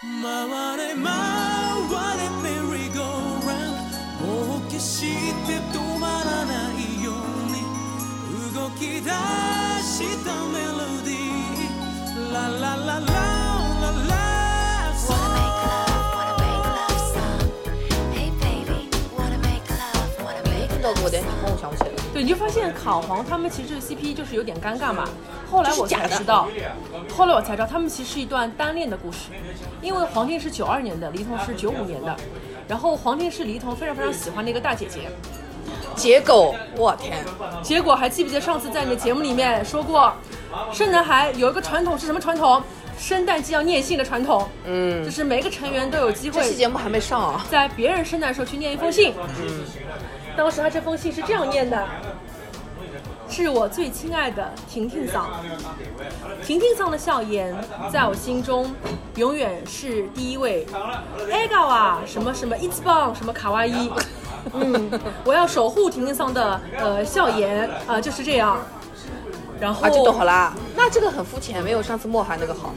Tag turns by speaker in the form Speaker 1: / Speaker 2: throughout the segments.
Speaker 1: 回れ回れメリーゴーランドもう決して止まらないように動き出したメロディーララララララ
Speaker 2: Wanna make love, wanna make love song. Hey baby, wanna make love, wanna make
Speaker 3: 碰到过点你朋友想不起来了。
Speaker 4: 对，你就发现烤黄他们其实这 CP E 就是有点尴尬嘛。后来我
Speaker 3: 这是假
Speaker 4: 才
Speaker 3: 的
Speaker 4: 知道，后来我才知道他们其实是一段单恋的故事，因为黄天是九二年的，黎童是九五年的，然后黄天是黎童非常非常喜欢的一个大姐姐，
Speaker 3: 结狗，我天，
Speaker 4: 结果还记不记得上次在你的节目里面说过，圣男孩有一个传统是什么传统？圣诞季要念信的传统，嗯，就是每个成员都有机
Speaker 3: 这期
Speaker 4: 会
Speaker 3: 节目还没上啊。
Speaker 4: 在别人圣诞的时候去念一封信。
Speaker 3: 嗯
Speaker 4: 当时他这封信是这样念的：“致我最亲爱的婷婷桑，婷婷桑的笑颜在我心中永远是第一位。e g a 啊，什么什么 It's Bang，什么卡哇伊，嗯，我要守护婷婷桑的呃笑颜啊、就是这样。”然后
Speaker 3: 啊，这都好啦。那这个很肤浅，没有上次莫寒那个好。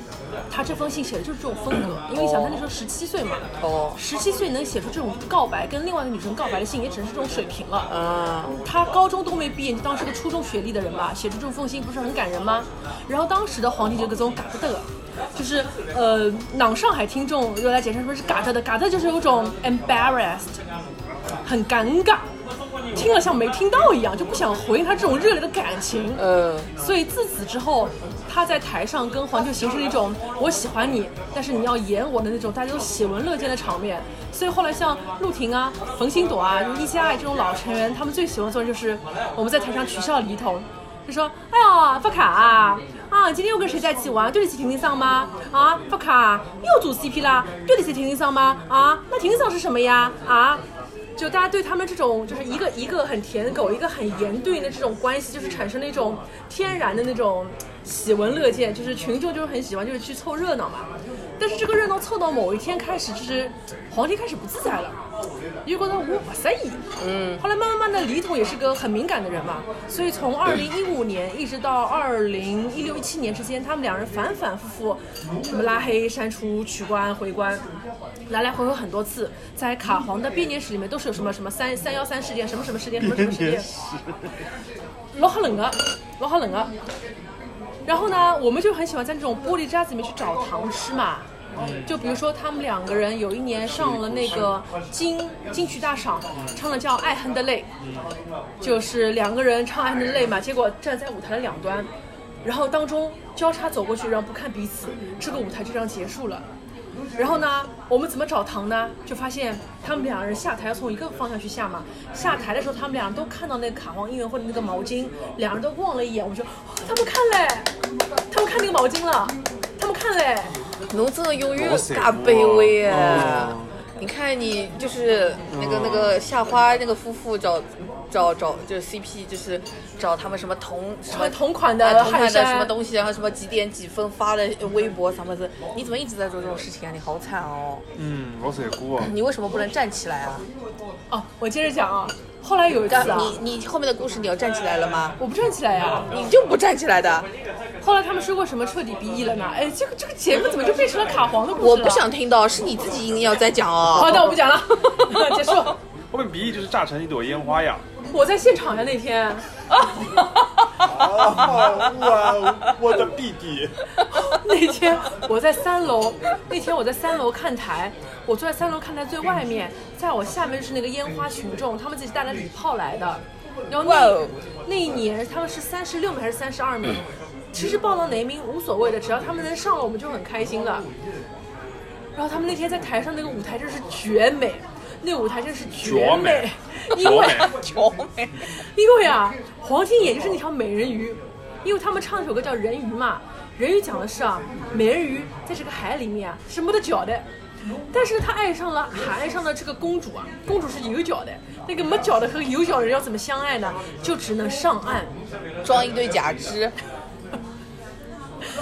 Speaker 4: 他这封信写的就是这种风格，因为你想他那时候十七岁嘛，
Speaker 3: 哦，
Speaker 4: 十七岁能写出这种告白跟另外一个女生告白的信，也只能是这种水平了。
Speaker 3: 啊，
Speaker 4: 他高中都没毕业，你当是个初中学历的人吧，写出这封信不是很感人吗？然后当时的皇帝就各种嘎嘎的，就是呃，朗上海听众如果来解释是不是嘎嘎的，嘎的就是有种 embarrassed，很尴尬，听了像没听到一样，就不想回应他这种热烈的感情。
Speaker 3: 呃，
Speaker 4: 所以自此之后，他在台上跟黄秋形成了一种我喜欢你，但是你要演我的那种，大家都喜闻乐见的场面。所以后来像陆婷啊、冯鑫朵啊、就是一加爱这种老成员，他们最喜欢做的就是我们在台上取笑李彤，就说：“哎呀，发卡啊！”啊，今天又跟谁在一起玩？对得起婷婷桑吗？啊，发卡又组 CP 啦！对得起婷婷桑吗？啊，那婷婷桑是什么呀？啊，就大家对他们这种就是一个一个很舔狗，一个很严对的这种关系，就是产生了一种天然的那种喜闻乐见，就是群众就是很喜欢，就是去凑热闹嘛。但是这个热闹凑到某一天开始，就是皇帝开始不自在了，就觉得哇塞，嗯。后来慢慢慢的，李彤也是个很敏感的人嘛，所以从二零一五年一直到二零一六一七年之间，他们两人反反复复，什么拉黑、删除、取关、回关，来来回回很多次，在卡皇的编年史里面都是有什么什么三三幺三事件，什么什么事件，什么什么事件，老好冷的，老好冷的。啊然后呢，我们就很喜欢在这种玻璃渣子里面去找糖吃嘛。就比如说，他们两个人有一年上了那个金金曲大赏，唱了叫《爱恨的泪》，就是两个人唱《爱恨的泪》嘛，结果站在舞台的两端，然后当中交叉走过去，然后不看彼此，这个舞台就这样结束了。然后呢，我们怎么找糖呢？就发现他们两人下台要从一个方向去下嘛。下台的时候，他们俩都看到那个卡皇应援会的那个毛巾，两人都望了一眼，我就、哦他们看嘞，他们看那个毛巾了，他们看嘞。
Speaker 3: 侬真的永远嘎卑微哎。你看你就是那个那个夏花那个夫妇找找找就是 CP 就是找他们什么同什么
Speaker 4: 穿同款的
Speaker 3: 啊同款
Speaker 4: 汗
Speaker 3: 的
Speaker 4: 衫
Speaker 3: 什么东西，然后什么几点几分发的微博什么的，你怎么一直在做这种事情啊？你好惨哦！
Speaker 5: 嗯，老残酷哦。
Speaker 3: 你为什么不能站起来啊？
Speaker 4: 哦，我接着讲啊。后来有一次
Speaker 3: 但
Speaker 4: 啊，
Speaker 3: 你你后面的故事你要站起来了吗？
Speaker 4: 我不站起来呀、
Speaker 3: 你就不站起来的，
Speaker 4: 后来他们说过什么彻底 BE 了呢？哎，这个这个节目怎么就变成了卡皇的故事了？
Speaker 3: 我不。想听到，是你自己硬要再讲哦。
Speaker 4: 好，那我不讲了， 结束。
Speaker 5: 后面鼻翼就是炸成一朵烟花呀。
Speaker 4: 我在现场呀那天。
Speaker 5: 啊哇，我的弟弟，
Speaker 4: 那天我在三楼，那天我在三楼看台，我坐在三楼看台最外面，在我下面就是那个烟花群众，他们自己带了礼炮来的。然后
Speaker 3: 哇
Speaker 4: 那
Speaker 3: 哦
Speaker 4: 那一年他们是三十六名还是三十二名？其实报到哪一名无所谓的，只要他们能上了，我们就很开心了。然后他们那天在台上那个舞台真是绝美，那舞台真是绝
Speaker 5: 绝美
Speaker 4: 因为
Speaker 5: 绝美
Speaker 3: 求美，
Speaker 4: 因为啊，黄金眼就是那条美人鱼，因为他们唱一首歌叫《人鱼》嘛，《人鱼》讲的是啊，美人鱼在这个海里面啊是没得脚的，但是他爱上了海爱上了这个公主啊，公主是有脚的，那个没脚的和有脚的人要怎么相爱呢？就只能上岸，
Speaker 3: 装一堆假肢，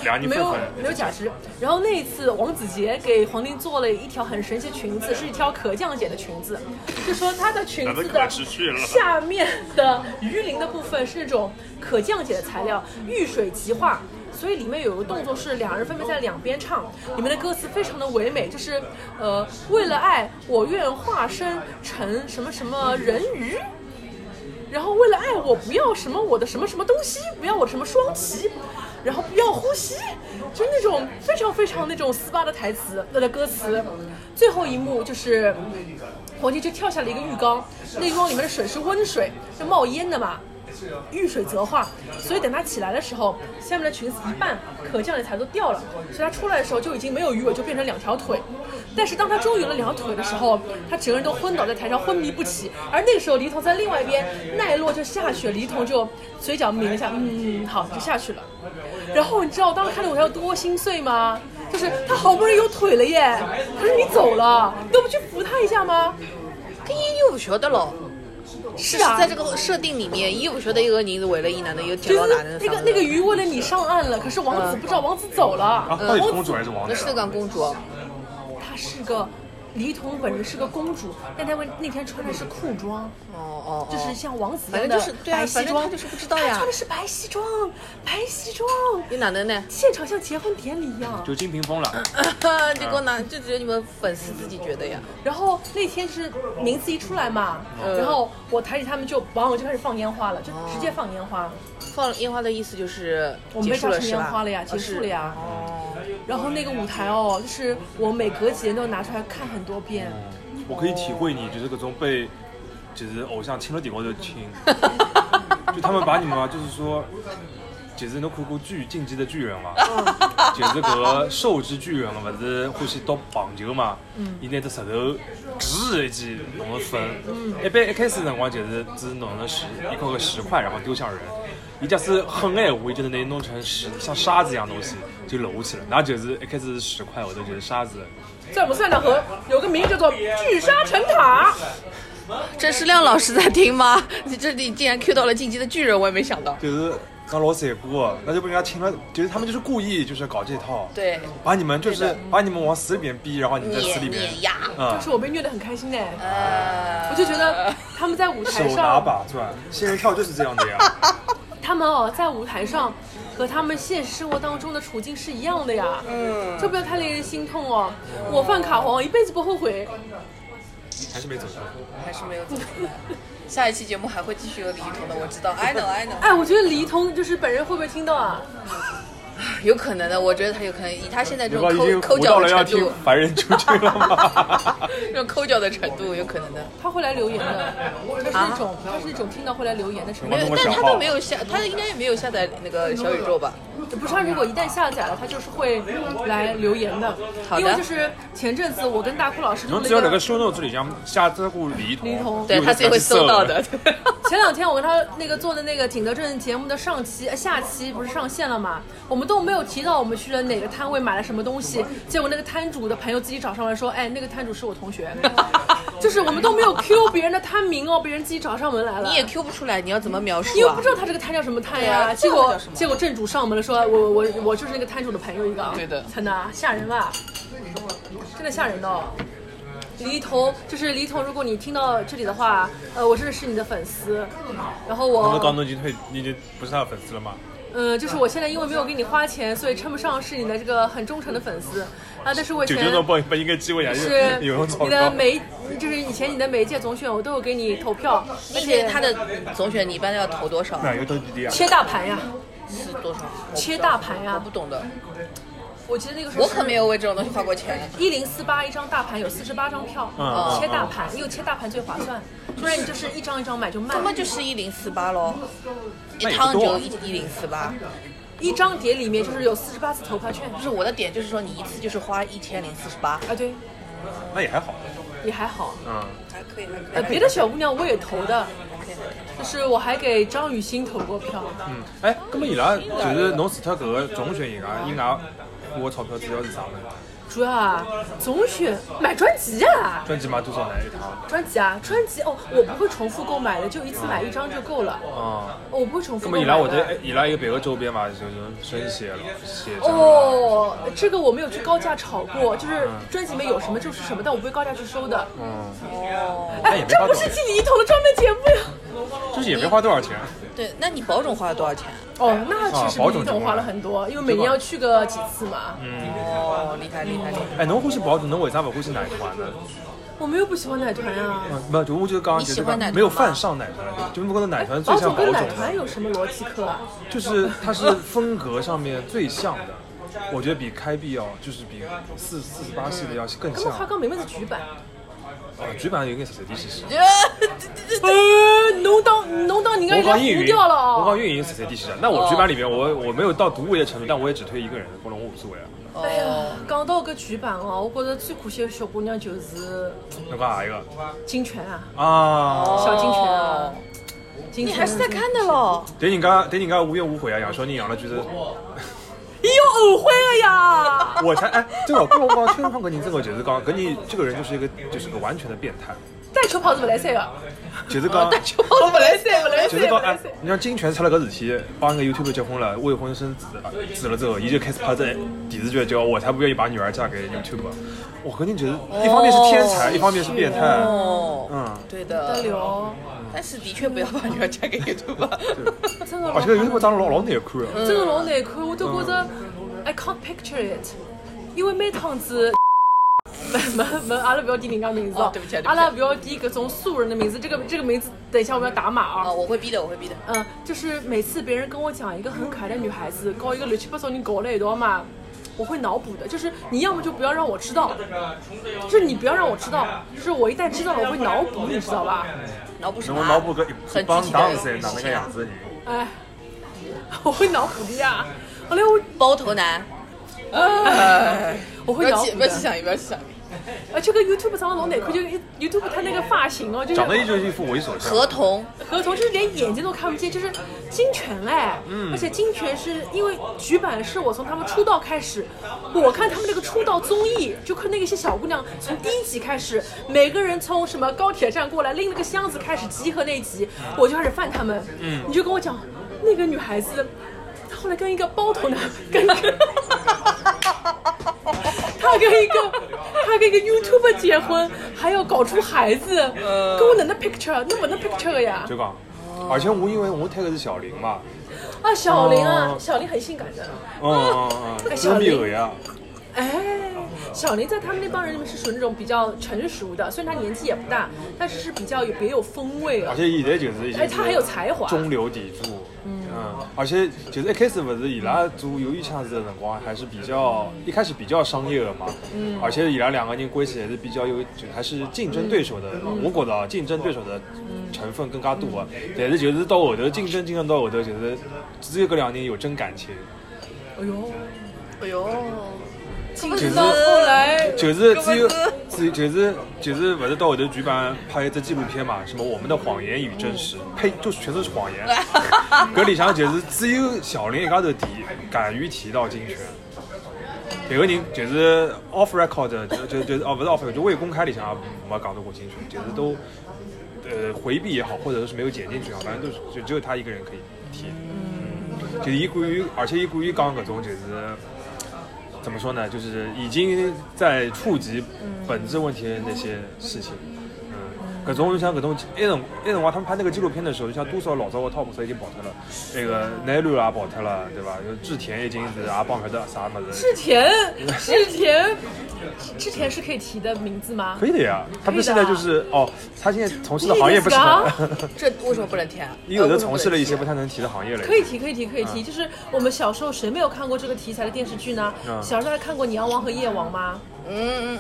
Speaker 5: 俩你
Speaker 4: 没
Speaker 5: 愤
Speaker 4: 有
Speaker 5: 恨。
Speaker 4: 没有假肢。然后那一次，王子杰给黄丁做了一条很神奇的裙子，是一条可降解的裙子，就说她的裙子
Speaker 5: 哪个
Speaker 4: 的
Speaker 5: 可持续了
Speaker 4: 下面的鱼鳞的部分是那种可降解的材料，遇水即化。所以里面有一个动作是两人分别在两边唱，里面的歌词非常的唯美，就是呃，为了爱，我愿化身成什么什么人鱼。然后为了爱我不要什么我的什么什么东西，不要我的什么双旗，然后不要呼吸，就那种非常非常那种斯巴的台词那的歌词。最后一幕就是黄金就跳下了一个浴缸，那浴缸里面的水是温水，是冒烟的嘛。遇水则化，所以等他起来的时候，下面的裙子一半可降的台都掉了，所以他出来的时候就已经没有鱼尾，就变成两条腿。但是当他终于有了两条腿的时候，他整个人都昏倒在台上，昏迷不起。而那个时候，黎童在另外一边，奈落就下去了，黎童就嘴角抿了一下，嗯，好，就下去了。然后你知道我当时看着我台有多心碎吗？就是他好不容易有腿了耶，可是你走了，你都不去扶他一下吗？
Speaker 3: 跟伊又不晓得咯。
Speaker 4: 是
Speaker 3: 就
Speaker 4: 啊，
Speaker 3: 在这个设定里面，伊不晓得一个人是为了伊哪能又
Speaker 4: 就
Speaker 3: 跳
Speaker 4: 是
Speaker 3: 到哪能
Speaker 4: 那个那个鱼为了你上岸了，可是王子
Speaker 3: 嗯
Speaker 4: 不知道，王子走
Speaker 5: 啊，
Speaker 4: 了。
Speaker 5: 到底是公主还是王啊
Speaker 3: 那是
Speaker 5: 子
Speaker 4: 呃
Speaker 3: 那？个公主，
Speaker 4: 她是个黎童本人是个公主，但她为那天穿的是裤装，
Speaker 3: 哦哦，哦
Speaker 4: 就是像王子一
Speaker 3: 反
Speaker 4: 样
Speaker 3: 正
Speaker 4: 的
Speaker 3: 就是对啊
Speaker 4: 白西
Speaker 3: 反正
Speaker 4: 装，
Speaker 3: 她就是不知道
Speaker 4: 她
Speaker 3: 呀
Speaker 4: 穿的是白西装，白西装，
Speaker 3: 你哪能 呢？
Speaker 4: 现场像结婚典礼一样。
Speaker 5: 就金屏风了，
Speaker 3: 你给我拿，就只有你们粉丝自己觉得呀。
Speaker 4: 然后那天是名字一出来嘛，
Speaker 3: 嗯
Speaker 4: 然后我抬起他们就，网友就开始放烟花了，就
Speaker 3: 哦
Speaker 4: 直接放烟花，
Speaker 3: 放烟花的意思就是
Speaker 4: 我们
Speaker 3: 结
Speaker 4: 被
Speaker 3: 束
Speaker 4: 炸
Speaker 3: 了
Speaker 4: 成
Speaker 3: 是
Speaker 4: 烟
Speaker 3: 吧？
Speaker 4: 花了呀，结
Speaker 3: 哦
Speaker 4: 束了。
Speaker 3: 是
Speaker 4: 呀。
Speaker 3: 哦，
Speaker 4: 然后那个舞台哦，就是我每隔几年都要拿出来看很多遍。
Speaker 5: 我可以体会你就是搿种被就是偶像亲了点高头亲，就他们把你们啊，就是说。就是侬看过剧《进击的巨人》嘛，就是搿个兽之巨人勿是欢喜打棒球嘛，伊拿只石头吱一记弄了粉，一般一开始辰光就是只弄了石一块个石块，然后丢向人。伊假使狠个闲话，伊就是拿弄成石像沙子一样东西就揉起来，那就是一开始是石块，后头就是沙子。
Speaker 4: 在我们塞纳河有个名叫 做聚沙成塔，
Speaker 3: 哦郑世亮老师在听吗？ 你这里竟然 Q 到了《进击的巨人》，我也没想到。
Speaker 5: 就是刚老残酷的，那就被人家请了，就是他们就是故意就是搞这套，，
Speaker 3: 对，
Speaker 5: 把你们就是把你们往死里边逼，然后你在死里
Speaker 3: 碾
Speaker 5: 边，
Speaker 3: 碾压。
Speaker 5: 嗯
Speaker 4: 但，是我被虐得很开心哎，
Speaker 3: 呃，
Speaker 4: 我就觉得他们在舞台
Speaker 5: 手拿
Speaker 4: 上，
Speaker 5: 把钻，仙人跳就是这样的 呀，
Speaker 4: 他们哦在舞台上和他们现实生活当中的处境是一样的呀，嗯，这不要太令人心痛哦。我犯卡皇，我一辈子不后悔。
Speaker 5: 还是没走出来。
Speaker 3: 还是没有做出来。下一期节目还会继续有李一桐的，我知道，I know I know，
Speaker 4: 哎，我觉得黎童就是本人会不会听到啊？
Speaker 3: 有可能的，我觉得他有可能，以他现在这
Speaker 5: 对
Speaker 3: 种
Speaker 5: 吧？已经
Speaker 3: 抠抠
Speaker 5: 糊
Speaker 3: 脚
Speaker 5: 到了
Speaker 3: 的
Speaker 5: 要
Speaker 3: 程
Speaker 5: 听
Speaker 3: 度，
Speaker 5: 凡人出去 了吗？
Speaker 3: 这种抠脚的程度有可能的。
Speaker 4: 他会来留言
Speaker 3: 啊
Speaker 4: 的，他是那种他是那种听到会来留言的成
Speaker 5: 我
Speaker 3: 没
Speaker 4: 员。
Speaker 3: 有
Speaker 5: 弄个，
Speaker 3: 但
Speaker 5: 小
Speaker 3: 他
Speaker 5: 号
Speaker 3: 都没有下，他应该也没有下载那个小宇宙吧？
Speaker 4: 不是，他如果一旦下载了，他就是会来留言的。
Speaker 3: 好的
Speaker 4: 因为就是前阵子我跟大哭老师录
Speaker 5: 侬
Speaker 4: 了一
Speaker 5: 只要那
Speaker 4: 个
Speaker 5: 个 show notes 里向下这户李
Speaker 4: 李彤
Speaker 5: 彤，
Speaker 3: 对他自己会搜到的。。对
Speaker 4: 前两天我跟他那个做的那个景德镇节目的上期、呃下期不是上线了嘛？我们都没有提到我们去了哪个摊位买了什么东西，结果那个摊主的朋友自己找上来说，哎，那个摊主是我同学， 就是我们都没有 Q 别人的摊名哦，别人自己找上门来了。
Speaker 3: 你也 Q 不出来，你要怎么描述啊？
Speaker 4: 你又不知道他这个摊叫什么摊呀、
Speaker 3: 对啊
Speaker 4: 结
Speaker 3: 这
Speaker 4: 果
Speaker 3: 个叫什么
Speaker 4: 结果正主上门了，说我我我就是那个摊主的朋友一个，
Speaker 3: 对的
Speaker 4: 天哪，吓人吧？真的吓人的哦。黎童就是黎童，如果你听到这里的话，呃，我真的是你的粉丝。然后
Speaker 5: 侬讲
Speaker 4: 我，
Speaker 5: 侬已经退，你已经不是他的粉丝了吗？
Speaker 4: 呃，就是我现在因为没有给你花钱，所以称不上是你的这个很忠诚的粉丝啊。但是我以
Speaker 5: 九
Speaker 4: 前
Speaker 5: 九侬拨拨应该机会呀，
Speaker 4: 是
Speaker 5: 有人找
Speaker 4: 你的
Speaker 5: 到。
Speaker 4: 每，就是以前你的每一届总选我都有给你投票，而
Speaker 3: 而且
Speaker 4: 且
Speaker 3: 他的总选你一般要投多少？
Speaker 5: 哪有投几滴啊？
Speaker 4: 切大盘呀，
Speaker 3: 是多少？
Speaker 4: 切大盘
Speaker 3: 我
Speaker 4: 呀
Speaker 3: 不。懂的，
Speaker 4: 我记得那个时候
Speaker 3: 我可没有为这种东西花过钱。
Speaker 4: 一零四八一张大盘有四十八张票，
Speaker 5: 嗯
Speaker 4: 切大盘，你有切大盘最划算，不然你就是一张一张买就卖
Speaker 3: 他，们就是一零四八喽，一
Speaker 5: 那也
Speaker 3: 趟
Speaker 5: 不多
Speaker 3: 就
Speaker 5: 啊
Speaker 3: 一一零四八。
Speaker 4: 一张碟里面就是有四十八次投票券
Speaker 3: 不是我的点，就是说你一次就是花一千零四十八，
Speaker 4: 啊，对，
Speaker 5: 那也还好，
Speaker 4: 也还好。
Speaker 5: 嗯，
Speaker 3: 还可以，还可
Speaker 4: 呃，别的小姑娘我也投的，
Speaker 3: 呃
Speaker 4: 就是我还给张雨欣投过票，
Speaker 5: 嗯，哎，那么伊拉就是侬除脱搿个总选以外，伊拉花个钞票主要是啥呢？
Speaker 4: 主要啊，总选买专辑啊，
Speaker 5: 专辑买多少呢一趟？
Speaker 4: 专辑啊，专辑哦，我不会重复购买的，就一次买一张就够了，哦
Speaker 5: 啊，
Speaker 4: 我不会重复购
Speaker 5: 那么
Speaker 4: 买
Speaker 5: 伊
Speaker 4: 的。
Speaker 5: 拉会得哎伊拉有别个周边嘛，就是生写了写真啊。
Speaker 4: 哦，这个我没有去高价炒过，就是专辑里面有什么就是什么，但我不会高价去收的。
Speaker 5: 嗯嗯，那
Speaker 4: 哎
Speaker 3: 哦
Speaker 5: 也，没
Speaker 4: 这
Speaker 5: 法
Speaker 4: 不是
Speaker 5: 懂
Speaker 4: 记李一桐的专门节目呀？
Speaker 5: 就是也没花多少钱。
Speaker 3: 对，那你保种花了多少钱？
Speaker 4: 哦，那其实
Speaker 5: 啊保嗯
Speaker 4: 李
Speaker 5: 种
Speaker 4: 总
Speaker 5: 就
Speaker 4: 花了
Speaker 5: 花
Speaker 4: 很多，因为每年要去个几次嘛。
Speaker 3: 哦，厉害厉害厉害！
Speaker 5: 哎，侬欢喜保种，侬为啥勿欢喜奶团呢？
Speaker 4: 我们又不喜欢奶团啊。
Speaker 5: 嗯，没有，就我就刚刚觉
Speaker 3: 你喜欢奶
Speaker 5: 得
Speaker 3: 团
Speaker 5: 没有犯上奶团，就我觉得奶团最像保
Speaker 4: 跟
Speaker 5: 种
Speaker 4: 奶
Speaker 5: 的
Speaker 4: 团，有什么逻辑课啊？
Speaker 5: 就是它是风格上面最像的，我觉得比开闭要就是比四四十八系的要更
Speaker 4: 那么花
Speaker 5: 像。
Speaker 4: 岗明明是局版。
Speaker 5: 哦，局版有点实地实施。
Speaker 3: 哦
Speaker 4: 呃，侬当侬当人家
Speaker 5: 我
Speaker 4: 人家
Speaker 5: 搞运
Speaker 4: 糊
Speaker 5: 营，
Speaker 4: 掉了
Speaker 5: 我搞
Speaker 4: 哦。
Speaker 5: 运营是谁第十？啊那我局版里面我我没有到独唯的程度，但我也只推一个人，可能我无所谓啊。
Speaker 4: 哎呀，讲到搿局版哦，我觉着最可惜的小姑娘就是
Speaker 5: 侬讲哪一个
Speaker 4: 金泉啊，
Speaker 5: 啊？
Speaker 4: 小金泉啊，金
Speaker 3: 哦你
Speaker 4: 泉。
Speaker 3: 还是在看的咯？
Speaker 5: 对人家对人家无怨无悔啊，杨小宁养了就是，
Speaker 4: 伊有后悔了呀。
Speaker 5: 我才哎，真的，不能光 天放搿人，真的就是讲搿人这个人就是一个就是个完全的变态，
Speaker 4: 带球跑是勿来三个，
Speaker 5: 就 是讲。
Speaker 4: 跑勿来三，勿来
Speaker 5: 就
Speaker 4: 三，
Speaker 5: 是
Speaker 4: 勿
Speaker 5: 讲哎
Speaker 4: 来三。，
Speaker 5: 你像金泉出了搿事体，帮一个 YouTube 结婚了，未婚生子了子了之后，伊就开始拍这电视剧，叫我才不愿意把女儿嫁给 YouTube。我肯定觉得，一方面是天才，一方面是变态。
Speaker 3: 哦，
Speaker 5: 嗯，
Speaker 3: 对
Speaker 4: 哎
Speaker 3: 的，
Speaker 4: 流，
Speaker 3: 但是的确不要把女儿嫁给 YouTube。啊
Speaker 4: 真的
Speaker 3: 哦
Speaker 4: 老
Speaker 5: 而且 YouTube 长得老老难看啊。
Speaker 4: 真的老难看，我都觉着
Speaker 3: 嗯
Speaker 4: I can't picture it，因为每 趟子没没没，阿拉不要提人家名字
Speaker 3: 哦对不起对不起
Speaker 4: 阿拉不要提各种素人的名字，这个这个名字等一下我们要打码啊
Speaker 3: 啊，。我会逼的，我会逼的。
Speaker 4: 嗯，就是每次别人跟我讲一个很可爱的女孩子，搞一个乱七八糟人搞在一道嘛，我会脑补的，就是你要么就不要让我知道，就是你不要让我知道，就是我一旦知道了我会脑补，你知道吧？
Speaker 3: 脑补什
Speaker 5: 能
Speaker 3: 么
Speaker 5: 够
Speaker 3: 啊？
Speaker 5: 脑补个一一
Speaker 3: 很
Speaker 5: 帮
Speaker 3: 具体
Speaker 5: 打
Speaker 3: 的
Speaker 5: 死谁哪能个样子的人？
Speaker 4: 哎，我会脑补的呀。后来我，
Speaker 3: 包头男，
Speaker 4: 哎，我
Speaker 3: 不
Speaker 4: 会
Speaker 3: 要
Speaker 4: 脑
Speaker 3: 去，
Speaker 4: 补
Speaker 3: 不要
Speaker 4: 的
Speaker 3: 去。想，不要去想。
Speaker 4: 啊，这个 YouTube 长得老难看，就 YouTube 它那个发型哦，就是
Speaker 5: 长得就是一副猥琐
Speaker 3: 合
Speaker 5: 相。
Speaker 3: 同
Speaker 4: 合同，就是连眼睛都看不见，就是金泉嘞。而且金泉是因为局版是我从他们出道开始，我看他们那个出道综艺，就看那些小姑娘从第一集开始，每个人从什么高铁站过来拎了个箱子开始集合那一集，我就开始犯他们。嗯，你就跟我讲那个女孩子。她后来跟一个包头男，跟一个， 她跟一个，她跟一个 YouTuber 结婚，还要搞出孩子，跟我哪能 picture，那不能 picture 呀？
Speaker 5: 就讲，而且我因为我推的是小林嘛，
Speaker 4: 啊，小林啊
Speaker 5: 哦，
Speaker 4: 小林很性感的。
Speaker 5: 嗯嗯嗯嗯，
Speaker 4: 哦小
Speaker 5: 真
Speaker 4: 林
Speaker 5: 有呀。
Speaker 4: 哎，小林在他们那帮人里面是属于那种比较成熟的，虽然他年纪也不大，但是是比较有别有风味
Speaker 5: 而
Speaker 4: 啊。
Speaker 5: 且现在就是已经
Speaker 4: 哎，他很有才华。
Speaker 5: 中流砥柱。嗯，而且就是一开始不是伊拉做鱿鱼腔子的辰光，还是比较一开始比较商业的嘛。嗯，而且伊拉两个人关系还是比较有，就还是竞争对手的。我觉得啊，竞争对手的成分更加多啊。但是就是到后头竞争竞争到后头，就是只有搿两人有真感情。
Speaker 4: 哎呦，
Speaker 3: 哎呦，
Speaker 5: 就是
Speaker 4: 到后来
Speaker 5: 就是只有只就是就是不是到后头举办拍一只纪录片嘛？什么我们的谎言与真实，呸，就是全都是谎言。搿里向就是只有小林一家头提敢于提到金泉，别个人就是 off record，就就就是哦不是 off record，就未公开里向也没讲到过金泉，就是都呃回避也好，或者是没有剪进去也好，反正都是就只有他一个人可以提。就是伊关于，而且伊关于讲搿种就是怎么说呢，就是已经在触及本质问题的那些事情。嗯，搿种就像搿种，那辰那辰光他们拍那个纪录片的时候，就像多少老早的 top 已经跑脱了，那个奈绿也跑脱了，对吧？有志田已经是也帮勿得啥物事，
Speaker 4: 志田，志田，志田是可以提的名字吗
Speaker 5: 可？以的呀。他们现在就是哦，他现在从事的
Speaker 4: 你
Speaker 5: 行业不是
Speaker 4: 你
Speaker 5: 很，
Speaker 3: 这为什么不能填？啊
Speaker 5: 你有的从事了一些不太能提的行业了。
Speaker 4: 可以提，可以提，可以
Speaker 5: 嗯
Speaker 4: 提。就是我们小时候谁没有看过这个题材的电视剧呢？
Speaker 5: 嗯
Speaker 4: 小时候还看过《娘王》和《夜王》吗？
Speaker 3: 嗯嗯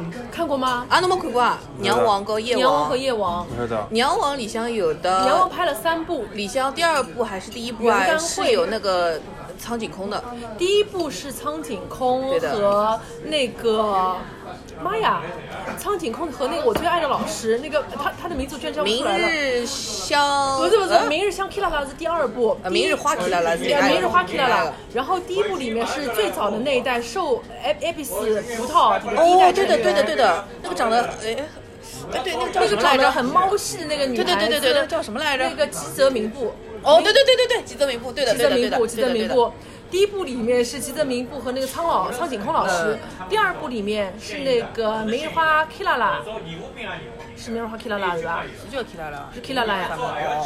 Speaker 3: 嗯，
Speaker 4: 看过吗？
Speaker 3: 啊，侬没看过啊？娘王和夜
Speaker 4: 《娘王》和
Speaker 3: 王，
Speaker 4: 《夜王》，
Speaker 5: 不晓得。
Speaker 3: 娘王里向有的，
Speaker 4: 《娘王》拍了三部，
Speaker 3: 里向第二部还是第一部
Speaker 4: 原
Speaker 3: 啊？
Speaker 4: 耽
Speaker 3: 是
Speaker 4: 会
Speaker 3: 有那个苍井空的，
Speaker 4: 第一部是苍井空
Speaker 3: 对的
Speaker 4: 和那个，妈呀，苍井空和那个我最爱的老师，那个他他的名字我居然叫不出
Speaker 3: 明
Speaker 4: 来了。
Speaker 3: 日香
Speaker 4: 不是不是，
Speaker 3: 呃
Speaker 4: 明日香 Kira 拉是第二部，
Speaker 3: 啊明日花 Kira 拉是哎
Speaker 4: 对啊明日花
Speaker 3: 第
Speaker 4: Kira
Speaker 3: 二部
Speaker 4: 拉。然后第一部里面是最早的那一代受 A A B 四葡萄的第一代
Speaker 3: 哦，
Speaker 4: 成
Speaker 3: 对
Speaker 4: 员
Speaker 3: 的对的对，的，那个长得哎哎对，那个叫
Speaker 4: 那
Speaker 3: 什
Speaker 4: 个
Speaker 3: 么
Speaker 4: 长
Speaker 3: 来
Speaker 4: 得
Speaker 3: 着？
Speaker 4: 很猫系的那个女
Speaker 3: 对
Speaker 4: 孩
Speaker 3: 对
Speaker 4: 子，
Speaker 3: 对对对对，叫什么来着？
Speaker 4: 那个吉泽明步，
Speaker 3: 哦，对对对对对，吉泽明步，对的
Speaker 4: 吉
Speaker 3: 对
Speaker 4: 泽
Speaker 3: 的对
Speaker 4: 明
Speaker 3: 的，
Speaker 4: 步，吉泽
Speaker 3: 对的
Speaker 4: 明
Speaker 3: 对的
Speaker 4: 步。第一部里面是吉泽明步和那个苍老苍井空老师，第二部里面是那个梅花 K 啦啦，是梅花 K 啦啦对吧？
Speaker 3: 就叫 Kira 了，
Speaker 4: 是 K 啦啦呀，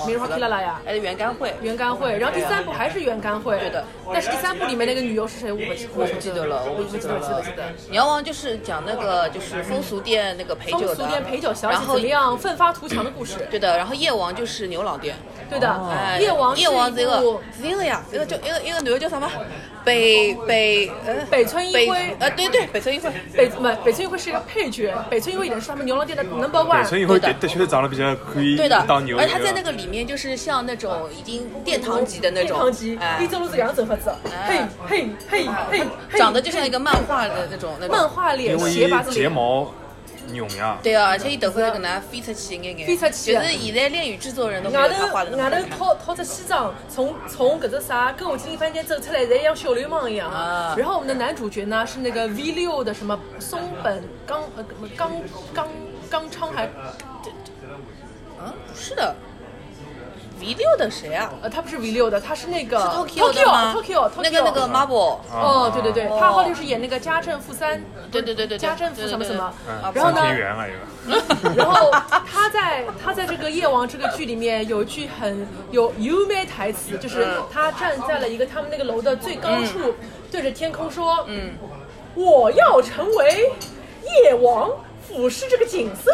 Speaker 4: 梅花 K 啦啦呀。
Speaker 3: 哎，原干会，
Speaker 4: 袁干会，然后第三部还是袁干会，对
Speaker 3: 的。
Speaker 4: 但是第三部里面那个女优是谁？我不记，
Speaker 3: 我不记得了，我
Speaker 4: 我
Speaker 3: 不
Speaker 4: 不
Speaker 3: 记
Speaker 4: 记
Speaker 3: 得
Speaker 4: 得
Speaker 3: 了，
Speaker 4: 记得。
Speaker 3: 你要忘就是讲那个就是风俗店那个陪酒
Speaker 4: 风
Speaker 3: 的，
Speaker 4: 俗店陪酒小
Speaker 3: 然
Speaker 4: 姐
Speaker 3: 后
Speaker 4: 怎么样奋发图强的故事，
Speaker 3: 对的，然后夜王就是牛郎店，
Speaker 4: 对的。
Speaker 3: 哎
Speaker 4: 夜王是一
Speaker 3: 夜王这个
Speaker 4: 部
Speaker 3: 是一个呀，一个叫一个一个女的叫什么？北北呃
Speaker 4: 北村一
Speaker 3: 北
Speaker 4: 辉
Speaker 3: 呃对对北村一辉，
Speaker 4: 北不北村一辉是一个配角，北村一辉已经是他们牛郎店的 number
Speaker 5: 对，所
Speaker 4: one。
Speaker 5: 以会
Speaker 3: 对
Speaker 5: 的
Speaker 3: 的
Speaker 5: 的确是长得比较可以
Speaker 3: 对的，
Speaker 5: 当牛。
Speaker 3: 而他在那个里面就是像那种已经殿堂级的那种，
Speaker 4: 堂级，
Speaker 3: 哎
Speaker 4: 一，走路是两走法子，嘿
Speaker 3: 哎
Speaker 4: 嘿嘿嘿嘿，
Speaker 3: 长得就像一个漫画的那种那
Speaker 4: 漫
Speaker 3: 种。
Speaker 4: 画脸
Speaker 5: 因，
Speaker 4: 斜拔
Speaker 5: 为
Speaker 4: 子
Speaker 5: 睫
Speaker 4: 脸，
Speaker 5: 毛浓呀，
Speaker 3: 对啊，而且伊头发搿能飞出去一眼眼，
Speaker 4: 飞出去
Speaker 3: 就是现在恋与制作人都没有
Speaker 4: 外
Speaker 3: 他画的
Speaker 4: 头
Speaker 3: 那么
Speaker 4: 外
Speaker 3: 好
Speaker 4: 头
Speaker 3: 看。
Speaker 4: 套套着西装，从从搿只啥跟我今天饭店走出来，人像小流氓一样。
Speaker 3: 啊
Speaker 4: 然后我们的男主角呢是那个 V 六的什么松本刚呃刚刚刚昌还
Speaker 3: 嗯，不是的，V 六的谁啊？
Speaker 4: 呃他不是 V 六的，他是那个
Speaker 3: 是 Tokyo 的吗
Speaker 4: Tokyo Tokyo
Speaker 3: 那个那个 Marble，
Speaker 4: 哦对对对，
Speaker 3: 哦
Speaker 4: 他后来就是演那个家政妇三，
Speaker 3: 对对对对对
Speaker 4: 家政妇什么什么
Speaker 3: 对
Speaker 5: 嗯，
Speaker 3: 啊，
Speaker 4: 然后
Speaker 5: 三
Speaker 4: 呢
Speaker 5: 田园啊，一个
Speaker 4: 然后他在他在这个《夜王》这个剧里面有一句很有优美台词，就是他站在了一个他们那个楼的最高处，对着天空说：“嗯，我要成为夜王，俯视这个景色。”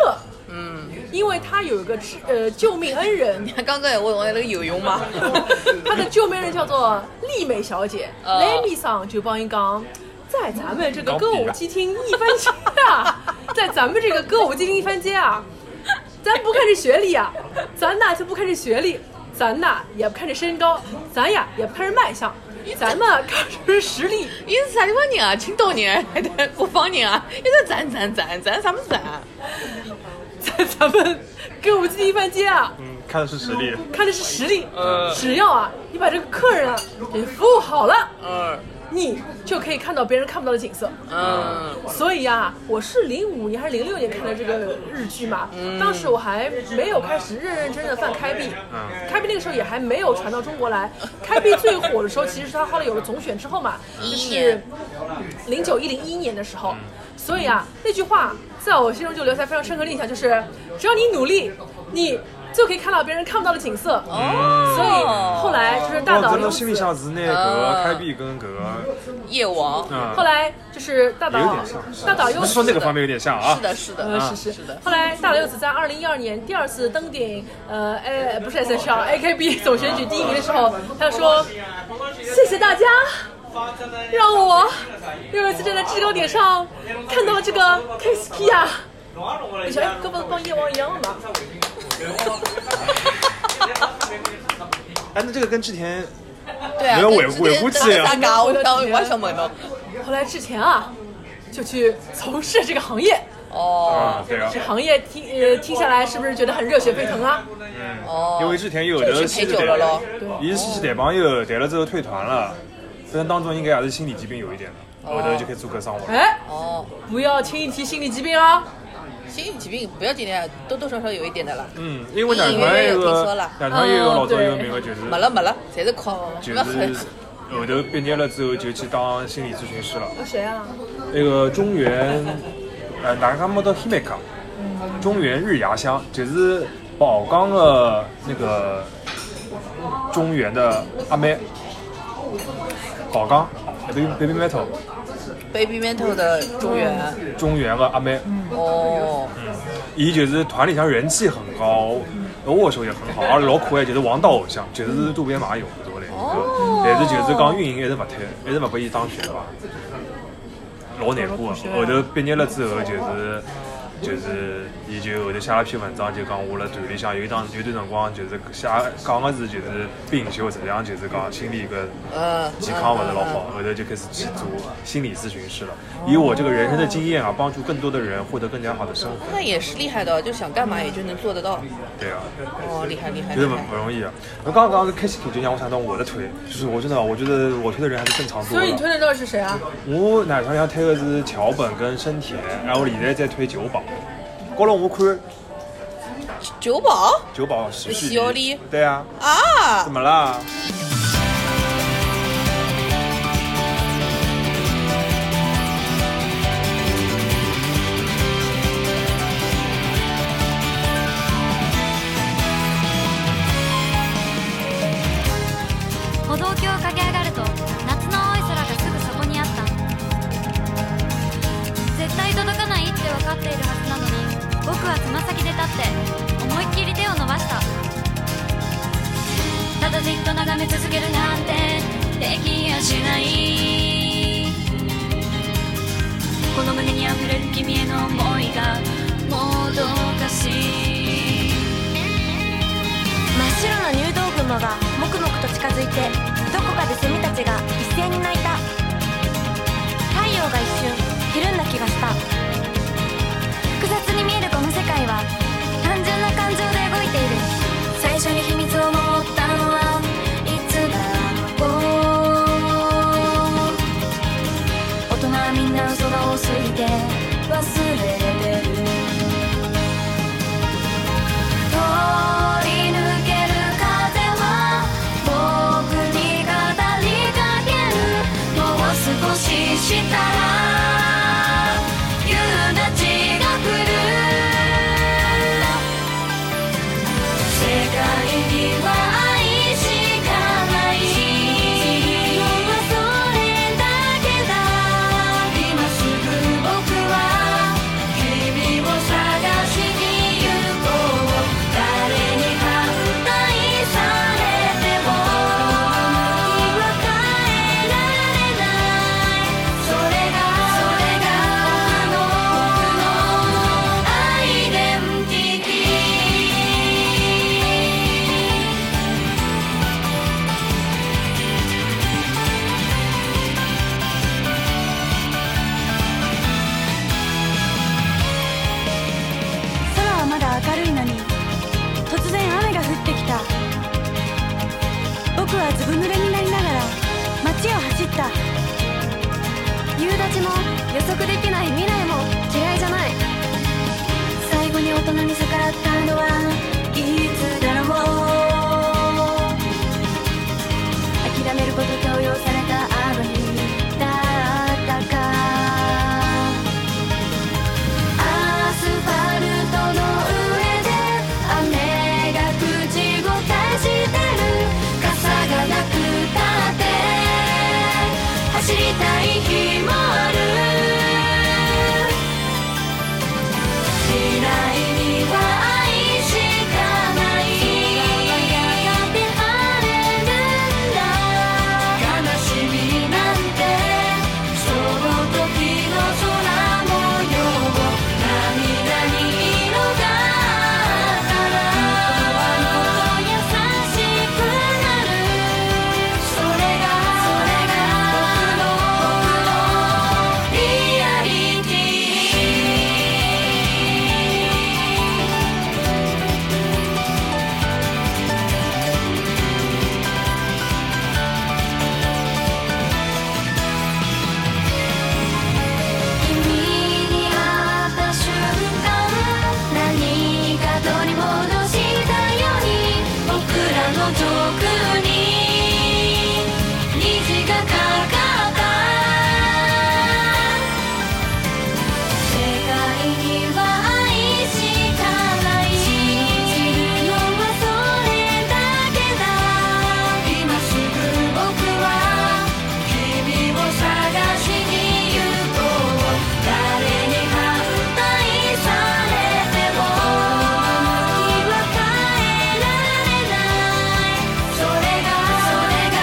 Speaker 4: 嗯，因为他有一个知呃救命恩人，
Speaker 3: 刚刚也问我那个有用吗？
Speaker 4: 他的救命人叫做丽美小姐，
Speaker 3: 呃
Speaker 4: 莱米桑就帮伊讲，在咱们这个歌舞伎町一番街啊，在咱们这个歌舞伎町一番街啊，咱不看这学历啊，咱呐就不看这学历，咱呐也不看这身高，咱呀也不看这卖相，咱们看这实力。
Speaker 3: 伊是啥地方人啊？青岛人还是北方人啊？一直攒攒攒攒啥么攒啊？
Speaker 4: 在咱们歌舞伎町一番街啊，
Speaker 5: 嗯，看的是实力。
Speaker 4: 看的是实力。只要啊，你把这个客人啊给服务好了，
Speaker 3: 嗯
Speaker 4: 你就可以看到别人看不到的景色。
Speaker 3: 嗯，
Speaker 4: 所以啊，我是零五年还是零六年看的这个日剧嘛，当时我还没有开始认认真真的犯开闭，开闭那个时候也还没有传到中国来。开闭最火的时候，其实是他后来有了总选之后嘛，就
Speaker 3: 一一
Speaker 4: 是
Speaker 3: 年
Speaker 4: 零九一零一年的时候。所以啊，那句话在我心中就留下非常深刻的印象，就是只要你努力，你就可以看到别人看不到的景色。
Speaker 3: 哦
Speaker 4: 所以后来就是大
Speaker 5: 我
Speaker 4: 岛
Speaker 5: 真
Speaker 4: 优
Speaker 5: 的心里
Speaker 4: 子，
Speaker 5: 想嗯是那
Speaker 3: 啊
Speaker 5: 个开闭跟搿个，
Speaker 3: 夜王，
Speaker 5: 嗯，
Speaker 4: 后来就是大
Speaker 5: 有
Speaker 4: 岛
Speaker 5: 点像，
Speaker 4: 大岛优
Speaker 5: 你
Speaker 4: 子
Speaker 5: 说那个方面有点像啊。
Speaker 3: 是的，是的，
Speaker 4: 呃，是
Speaker 3: 是
Speaker 4: 是
Speaker 3: 的
Speaker 4: 后来大刘子在二零一二年第二次登顶，呃，哎，不是 S H R A K B 总选举第一名的时候，他说：“谢谢大家，让我又一次站在制高点上，看到了这个 K S P 啊。”你说，哎，胳膊放夜王一样吗？
Speaker 5: 哎，那这个跟之前
Speaker 3: 对啊，
Speaker 5: 没有
Speaker 3: 跟
Speaker 5: 维
Speaker 3: 之
Speaker 5: 护维
Speaker 3: 前
Speaker 5: 护
Speaker 3: 当
Speaker 5: 器
Speaker 3: 时
Speaker 5: 啊
Speaker 3: 大家我当我想问侬，
Speaker 4: 后来之前啊，就去从事这个行业。
Speaker 3: 哦
Speaker 5: 啊，对啊
Speaker 4: 这，行业听呃听下来，是不是觉得很热血沸腾啊？
Speaker 3: 哦，
Speaker 5: 因为之前有
Speaker 3: 就
Speaker 5: 的
Speaker 3: 去陪
Speaker 5: 是
Speaker 3: 酒了咯，
Speaker 5: 伊是去谈朋友，谈了之后退团了，但当中应该也是心理疾病有一点的，后头就开始做搿生活了。
Speaker 4: 哎，
Speaker 3: 哦，
Speaker 4: 不要轻易提心理疾病啊！
Speaker 3: 心理疾病不要紧的，多多少少有一点的啦，
Speaker 5: 嗯，因为男团有个男团也有老早有个名额，就是
Speaker 3: 没了没了，侪是哭，
Speaker 5: 就
Speaker 3: 没很
Speaker 5: 是后头毕业了之后就去当心理咨询师了。
Speaker 4: 谁啊？
Speaker 5: 那个中原，呃，哪个没到 h i m e k a 中原日牙香，就是宝钢的那个中原的阿妹，宝钢呃，baby baby metal
Speaker 3: baby metal 的中原，
Speaker 5: 中原的阿妹，
Speaker 3: 哦，
Speaker 5: 伊就是团里向人气很高，握手也很好，而且老可爱，就是王道偶像，就是渡边麻友搿种类
Speaker 3: 哦
Speaker 5: 但是就是讲运营一直勿推，一直勿拨伊当选吧，老难过的。后头毕业了之后，就是就是伊就后头写了篇文章，就讲我辣团里向有一趟有段辰光，就是写讲个是就是病休，实际上就是讲心理个
Speaker 3: 呃，
Speaker 5: 健康勿是老好，后头就开始去做心理咨询师了，以我这个人生的经验啊，帮助更多的人获得更加好的生活。
Speaker 3: 呃那也是厉害的，就想干嘛也就能做得到，
Speaker 5: 对啊，
Speaker 3: 哦，厉害厉害
Speaker 4: 哎
Speaker 5: 觉得
Speaker 3: 厉
Speaker 5: 不
Speaker 3: 害，
Speaker 5: 不容易啊。我刚刚刚开始腿就让我想到我的腿，就是我真的，我觉得我推的人还是正常多
Speaker 4: 所以你
Speaker 5: 了。
Speaker 4: 推的到底是谁啊？
Speaker 5: 我奶茶上推的是桥本跟生田，然后我现在在推九保。高了我看
Speaker 3: 九宝
Speaker 5: 九保持续
Speaker 3: 西奥
Speaker 5: 力
Speaker 4: 啊
Speaker 3: 利，
Speaker 5: 对啊，
Speaker 3: 啊
Speaker 5: 怎。么啦？
Speaker 6: 僕はつま先で立って思いっきり手を伸ばしたただじっと眺め続けるなんてできやしないこの胸に溢れる君への思いがもどかしい
Speaker 7: 真っ白な入道雲がもくもくと近づいてどこかでセミたちが一斉に鳴いた太陽が一瞬ひるんだ気がした複雑に見えるこの世界は単純な感情で動いている最初に秘密を持ったのはいつだろう大人はみんな嘘が多すぎて忘れてる「通り抜ける風は僕に語りかける」「もう少ししたら夕立が来る」「世界には愛しかない」「今はそれだけだ」「今すぐ僕は君を探しに行こう」「誰に反対されても今変えられない」「それがそれが僕の僕のアイデンティティ」空はまだ明るいのに突然雨が降ってきた僕はずぶ濡れになりながら街を走った夕立も予測できない未来も嫌いじゃない最後に大人に逆らったのはいつだろう諦めること強要されたあの日だったか「アスファルトの上で雨が口を裂いて」「傘がなくたって走りたい日もある」「未来には愛しかない」「やがて晴れるんだ」「悲しみなんてその時の空模様涙に色があったら」「もっと優しくなる」「それがそれが僕の僕のリアリティ」「君に会った瞬間何か取り戻したように」「僕らの上空に虹がかかった」「世界には愛しかない」「信じるのはそれだけだ」「今すぐ僕は君を探しに行こう」「誰に反対されても君は変えられない」「それがそれが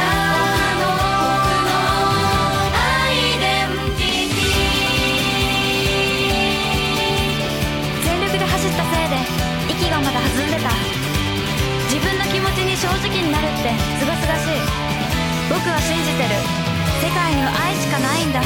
Speaker 7: 僕の僕のアイデンティティ」全力で走ったせいで息がまだ弾んでた自分の気持ちに正直になるってすがすがしい僕は信じてる世界には愛しかないんだ